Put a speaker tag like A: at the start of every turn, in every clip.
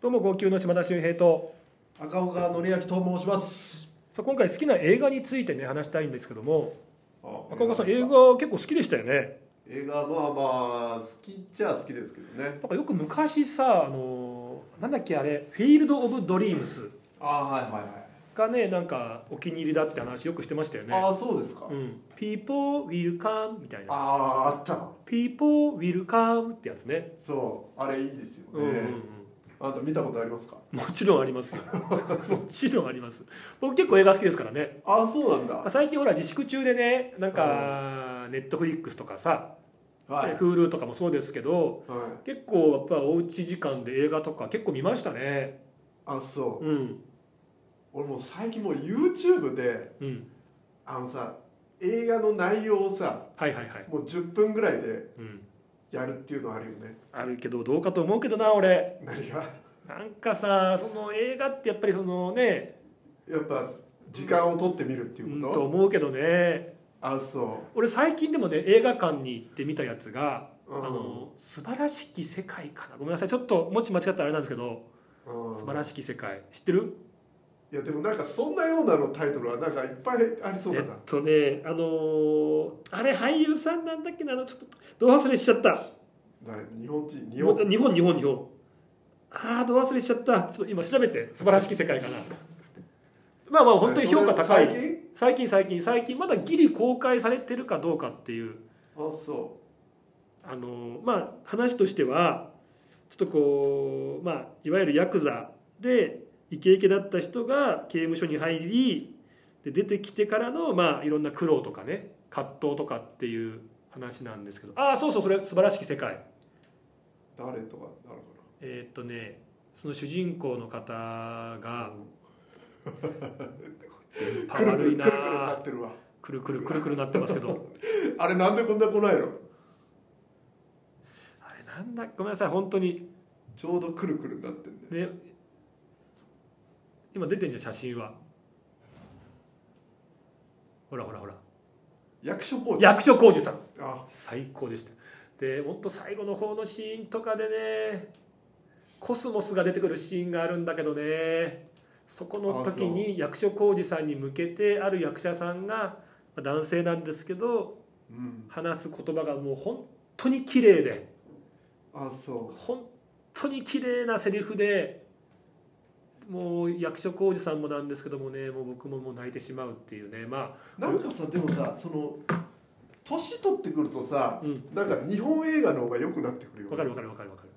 A: どうも号泣の島田秀平と
B: 赤岡則明と申します
A: さあ今回好きな映画についてね話したいんですけども赤
B: 赤
A: 岡さん映画結構好きでしたよね
B: 映画まあまあ好きっちゃ好きですけど
A: な
B: ね
A: んかよく昔さあのーなんだっけあれ「フィールド・オブ・ドリームス
B: ああはいはいはい、」
A: がねなんかお気に入りだって話よくしてましたよね
B: ああそうですか、
A: うん「People will come」みたい
B: あ
A: な
B: ああった
A: 「People will come」ってやつね
B: そうあれいいですよね、
A: うんうんうん
B: あなた見たことありますか
A: もちろんありますよ もちろんあります僕結構映画好きですからね
B: ああそうなん
A: ま
B: だ
A: あ最近ほら自粛中でねなんかネットフリックスとかさ
B: はい、はい、
A: Hulu とかもそうですけど結構やっぱおうち時間で映画とか結構見ましたね
B: あそう
A: うん
B: 俺もう最近もう YouTube で
A: うん
B: あのさ映画の内容をさ
A: はいはいはい、
B: もう10分ぐらいで
A: うん、
B: やるっていうのあるよね
A: あるけどどうかと思うけどな俺
B: 何が
A: なんかさその映画ってやっぱりそのね
B: やっぱ時間を取ってみるって
A: う
B: いうんこと、
A: と思うけどね
B: あそ
A: 俺最近でもね映画館に行って見たやつが「
B: うん
A: あの素晴らしき世界」かなごめんなさいちょっともし間違ったらあれなんですけど
B: う、
A: 「
B: うん、
A: 素晴らしき世界」知ってる
B: いやでもなんかそんなようなのタイトルはなんかいっぱいありそう
A: え
B: だ
A: っ
B: な
A: とねあのーあれ俳優さんなんだっけなあのちょっとど忘れしちゃった
B: な日本人日
A: 日本
B: 本
A: 日本日本日本ああど忘れしちゃったちょっと今調べて素晴らしき世界かなまあまあ本当に評価高
B: それ
A: い
B: 最近
A: 最近最近最近まだギリ公開されてるかどうかっていう
B: あそ
A: あのまあ話としてはちょっとこうまあいわゆるヤクザでイケイケだった人が刑務所に入りで出てきてからのまあいろんな苦労とかね葛藤とかっていう話なんですけどああそうそうそれ素晴らしき世界
B: う誰とかなる
A: えーっとねその主人公の方が電
B: か
A: 波
B: なくる
A: 悪い
B: くるくる
A: な
B: くるなってるわ
A: くるくるくるくるなってますけど
B: あれなんでこんな来ない
A: あ
B: の
A: れなんだごめんなさい本当に
B: ちょうどくるくるなってんね
A: ね今出てんじゃん写真はほらほらほら
B: 役所工事
A: 役所広司さん
B: あ
A: 最高でしたでもっと最後の方のシーンとかでねコスモスが出てくるシーンがあるんだけどねそこの時に役所広司さんに向けてある役者さんがまあ男性なんですけど
B: うん
A: 話す言葉がもう本当に綺麗で
B: あそ
A: 本当に綺麗なセリフでもう役所広司さんもなんですけどもねもう僕ももう泣いてしまうっていうねま
B: うなんかさでもさその年取ってくると
A: あ
B: さ
A: うん
B: なんか日本映画の方が良くなってくるよ
A: わかるわかるわかるわかる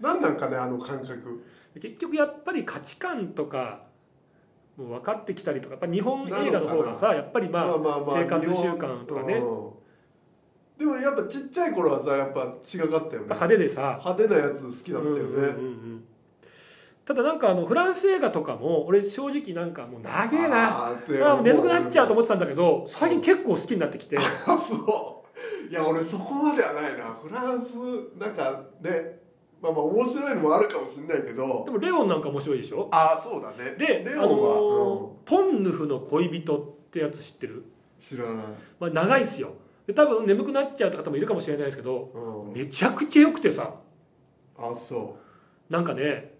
B: なんなんかねあの感覚
A: 結局やっぱり価値観とかもう分かってきたりとかやっぱ日本映画の方がさやっぱりまあ生活習慣とかね
B: 日
A: やっ
B: 本うんでもやっぱちっちゃい頃はさやっぱ違かったよね
A: ぱ派手でさ
B: 派手なやつ好きだったよね、
A: うんうんうんうんただなんかあのフランス映画とかも俺正直なんかもう長えな
B: あー
A: あ
B: って
A: ーもう眠くなっちゃうと
B: 思
A: 思ってたんだけど最近結構好きになってきて
B: う そういや俺そこまではないなフランスなんかねまあまあ面白いのもあるかもしれないけど
A: でもレオンなんか面白いでしょ
B: ああそうだね
A: で、
B: レ
A: あ
B: オン
A: の
B: は、
A: ーポンヌフの恋人ってやつ知ってる、
B: うん、知らない、
A: まあ、長いっすよで多分眠くなっちゃう方もいるかもしれないですけど
B: うん、
A: めちゃくちゃ良くてさ
B: あそう
A: なんかね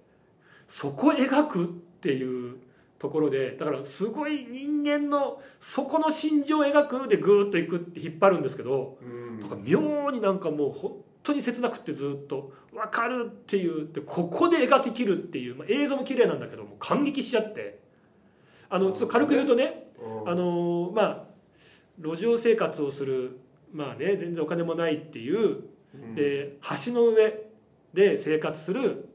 A: そこ描くっていうところでだからすごい人間のそこの心情を描くでぐーっといくって引っ張るんですけど、
B: うん
A: とか妙になんかもう本当に切なくってずっと分かるっていうでここで描ききるっていう、まあ、映像も綺麗なんだけどもう感激しちゃってあのちょっと軽く言うとね
B: うん
A: あのーまあ路上生活をするまあね全然お金もないっていう、
B: うん
A: で橋の上で生活する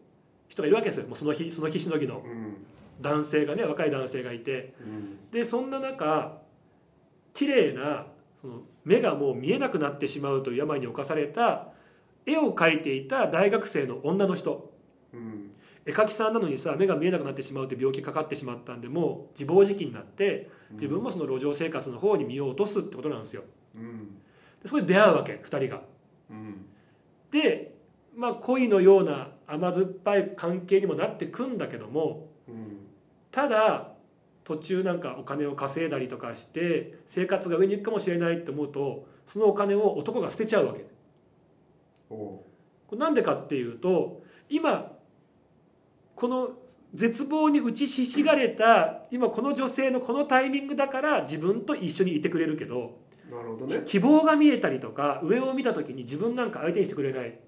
A: 人がいるわけですよもうその日その日しのぎの
B: うん
A: 男性がね若い男性がいて
B: うん
A: でそんな中綺麗なその目がもう見えなくなってしまうという病に侵された絵を描いていた大学生の女の人
B: うん
A: 絵描きさんなのにさ目が見えなくなってしまうって病気かかってしまったんでもう自暴自棄になって自分もその路上生活の方に身を落とすってことなんですよ
B: うん
A: でそこで出会うわけ2人が
B: うん
A: でまあ恋のような甘酸っぱい関係にもなってくんだけども
B: うん
A: ただ途中なんかお金を稼いだりとかして生活が上に行くかもしれないって思うとそのお金を男が捨てちゃうわけ
B: おう
A: これなんでかっていうと今この絶望に打ちひしがれた今この女性のこのタイミングだから自分と一緒にいてくれるけど
B: なるほどね
A: 希望が見えたりとか上を見た時に自分なんか相手にしてくれない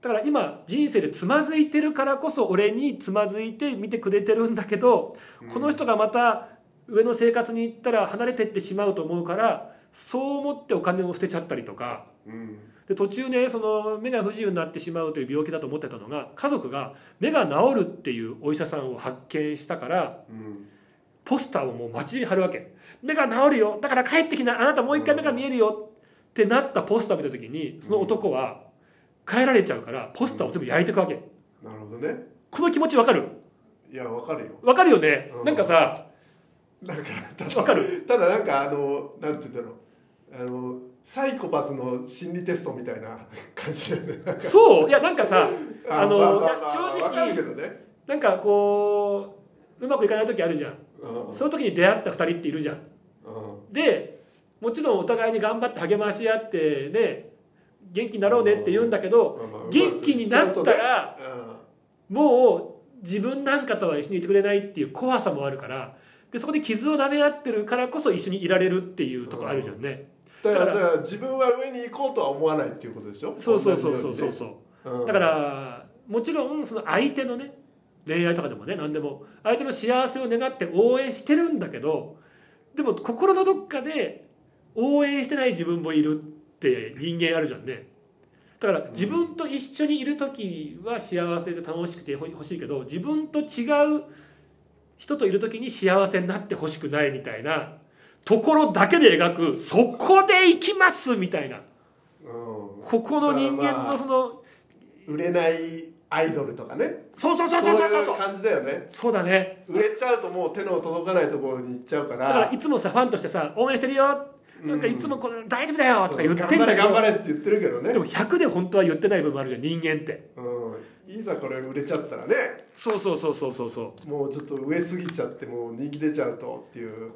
A: だから今人生でつまずいてるからこそ俺につまずいて見てくれてるんだけどこの人がまた上の生活に行ったら離れてってしまうと思うからそう思ってお金を捨てちゃったりとか
B: うん
A: で途中ねその目が不自由になってしまうという病気だと思ってたのが家族が目が治るっていうお医者さんを発見したから
B: うん
A: ポスターをもう街に貼るわけ目が治るよだから帰ってきなあなたもう一回目が見えるよってなったポスターを見た時にその男は帰られちゃうからポスターを全部焼いていくわけ
B: なるほどね
A: この気持ちわかる
B: いやわかるよ
A: わかるよね
B: うん
A: なんかさ
B: なんかただ
A: わかる
B: ただなんかあのなんて言うんだろうあのサイコパスの心理テストみたいな感じだよね
A: そういやなんかさあの
B: まま
A: いや正直
B: わかるけどね、
A: なんかこううまくいかない時あるじゃん
B: うんうん
A: その時に出会った2人っているじゃんでもちろんお互いに頑張って励まし合ってね元気になろうねって言うんだけど元気になったら、
B: うんうんうん
A: もう自分なんかとは一緒にいてくれないっていう怖さもあるからでそこで傷を舐め合ってるからこそ一緒にいられるっていうとこあるじゃんね、
B: だから
A: だか
B: だから自分は上に行こうとは思わないっていうことでしょ
A: そうそうそうそうそうそう
B: 同じようにね
A: だからもちろんその相手のね恋愛とかでもね何でも相手の幸せを願って応援してるんだけどでも心のどっかで応援してない自分もいるって人間あるじゃんねだから自分と一緒にいる時は幸せで楽しくてほ欲しいけど自分と違う人といる時に幸せになってほしくないみたいなところだけで描く「そこで行きます」みたいな
B: うん
A: ここの人
B: まあ
A: 間
B: ま
A: の
B: あ
A: その
B: 売れないアイドルとかね
A: 「そうそうそうそうそうそうそう
B: い」感じだよね
A: そうだね
B: 売れちゃうともう手の届かないところに行っちゃうか
A: だ
B: ら
A: からいつもさファンとしてさ応援してるよ
B: うん
A: なんかいつもこれ大丈夫だよとか言ってん
B: 頑
A: だ
B: 張れ
A: け
B: 頑張
A: ど
B: れって言ってるけどね
A: でも100で本当は言ってない部分あるじゃん人間って
B: うん、いざこれ売れちゃったらね
A: そうそうそうそうそうそう
B: もうちょっと上すぎちゃってもう人気出ちゃうとっていう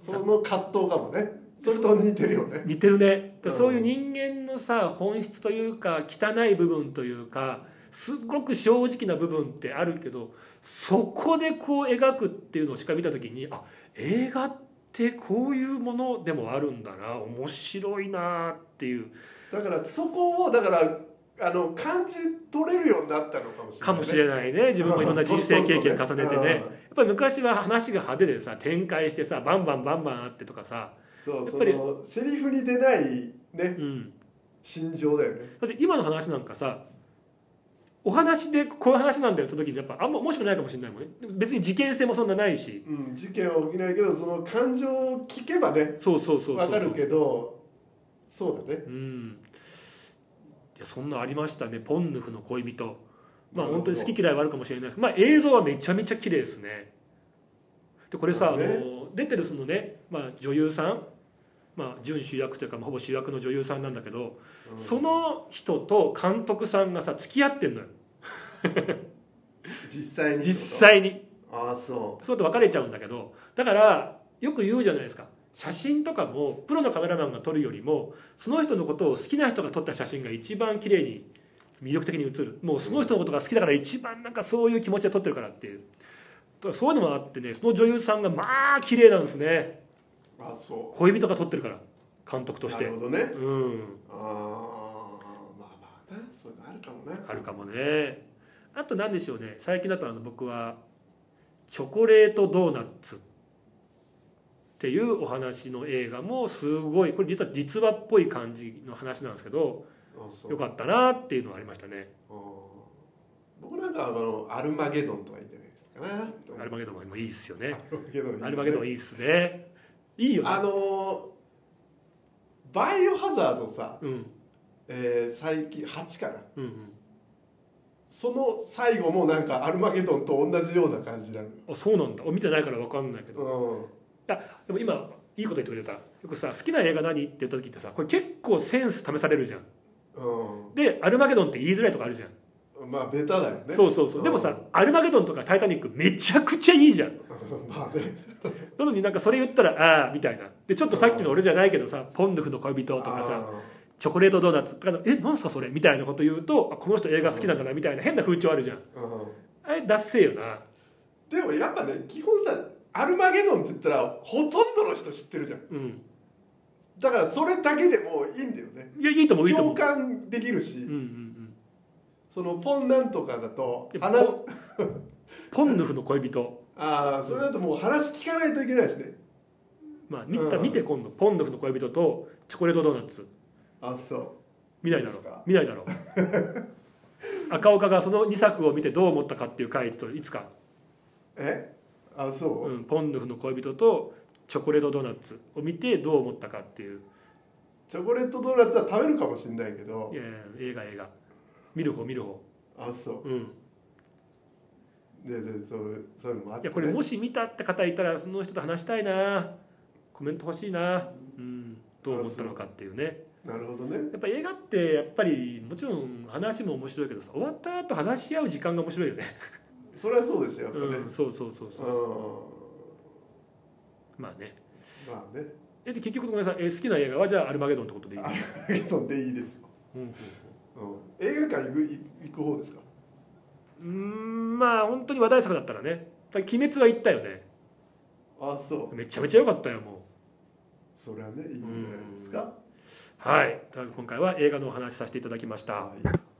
B: その葛藤かもねそれと似てるよね
A: 似てるね
B: うん
A: そういう人間のさ本質というか汚い部分というかすっごく正直な部分ってあるけどそこでこう描くっていうのをしっかり見た時にあ映画ってこういうものでもあるんだな面白いなっていう
B: だからそこをだからあの感じ取れるようになったのかもしれない、ね、
A: かもしれないね自分もいろんな人生経験重ねてねやっぱり昔は話が派手でさ展開してさバンバンバンバンあってとかさ、
B: そう
A: やっ
B: そ
A: ぱり
B: のセリフに出ない
A: うん
B: ね心情だよね
A: だって今の話なんかさお話でこういう話なんだよって時にやっぱあんま面白くないかもしれないもんね別に事件性もそんなないし
B: うん事件は起きないけどその感情を聞けばね
A: そうそうそうそう
B: わ
A: そ
B: か
A: う
B: るけどそうだね
A: うんいやそんなありましたねポンヌフの恋人まあ
B: なる
A: 本
B: ほ
A: 当
B: ど
A: に好き嫌いはあるかもしれないですけど、まあ、映像はめちゃめちゃ綺麗ですねでこれさ、
B: なるほど
A: あの出てるそのね、まあ、女優さん、まあ、準主役というか、まあ、ほぼ主役の女優さんなんだけど、
B: うん
A: その人と監督さんがさ付き合ってんのよ
B: 実際に
A: 実際に
B: ああそ
A: そうと別れちゃうんだけどだからよく言うじゃないですか写真とかもプロのカメラマンが撮るよりもその人のことを好きな人が撮った写真が一番綺麗に魅力的に写るもうその人のことが好きだから一番なんかそういう気持ちで撮ってるからっていうだからそういうのもあってねその女優さんがまあ綺麗なんですね
B: うああそ
A: 恋人が撮ってるから監督
B: う
A: とし
B: な
A: て
B: るほどね
A: うん
B: ああまあまあねそういうのあるかもね
A: あるかもねあと何でしょうね最近だとあの僕はチョコレートドーナツっていうお話の映画もすごいこれ実は実話っぽい感じの話なんですけど
B: あそう
A: よかったなっていうのはありましたね
B: あー僕なんかあのアルマゲドンとか言ってないですかね
A: アルマゲドンもいいですよね
B: アルマゲドンいいよね
A: アルマゲドンいいっすねいいよ
B: あ
A: ね
B: のーバイオハザードさ、
A: うん
B: えー最近8かな
A: うんうん
B: その最後もなんかアルマゲドンと同じような感じなの
A: あそうなんだお見てないから分かんないけど
B: よ、
A: でも今いいこと言ってくれたよくさ好きな映画何って言った時ってさこれ結構センス試されるじゃん
B: うん
A: でアルマゲドンって言いづらいとかあるじゃん
B: うん、まあベタだよね
A: そうそうそう、
B: ん
A: でもさ「アルマゲドン」とか「タイタニック」めちゃくちゃいいじゃん
B: まあね
A: なのになんかそれ言ったら「ああ」みたいなでちょっとさっきの俺じゃないけどさ「ポンドゥフの恋人」とかさ「チョコレートドーナツ」とかの「えなんすかそれ」みたいなこと言うとあこの人映画好きなんだなみたいな変な風潮あるじゃん
B: あーうん
A: ああれ脱せえよな
B: でもやっぱね基本さアルマゲドンって言ったらほとんどの人知ってるじゃん
A: うん
B: だからそれだけでもいいんだよね
A: いやいいと思ういいと思
B: 共
A: う
B: 感できるし、
A: うんうんうん
B: そのポンなんとかだと
A: いや
B: 話
A: ポンヌフの恋人
B: ああそれだともう話聞かないといけないしね
A: まあ見た
B: うん
A: 見て今度ポンヌフの恋人とチョコレートドーナツ
B: あそ
A: 見ないだ
B: い
A: ろ
B: いですか
A: 見ないだ ろ赤岡がその2作を見てどう思ったかっていう回ちょっといつか、
B: うえあそう、
A: うん、ポンヌフの恋人とチョコレートドーナツを見てどう思ったかっていう
B: チョコレートドーナツは食べるかもしれないけど
A: いやいや映画映画見る方見る方
B: あそ
A: うん
B: うででそうそういうのもあっ
A: い
B: て、
A: や
B: ね、
A: これもし見たって方いたらその人と話したいなコメント欲しいなうんどう思ったのかっていうね
B: なるほどね
A: やっぱ映画ってやっぱりもちろん話も面白いけどさ終わった後話し合う時間が面白いよね
B: それはそうでしょやっぱね、
A: うんそうそうそうそうまあね
B: うんまあね
A: えで結局ごめんなさいえ好きな映画はじゃあアルマゲドンってことでいい、
B: アルマゲドンでいいですよ、
A: うん
B: うん、映画館行く行く方ですか
A: うん、うんまあ本当に話題作だったらねだから鬼滅は行ったよね
B: あそう
A: めちゃめちゃ良かったよも
B: それはねいいんじゃないですか、
A: うはいとりあえず今回は映画のお話しさせていただきました
B: はい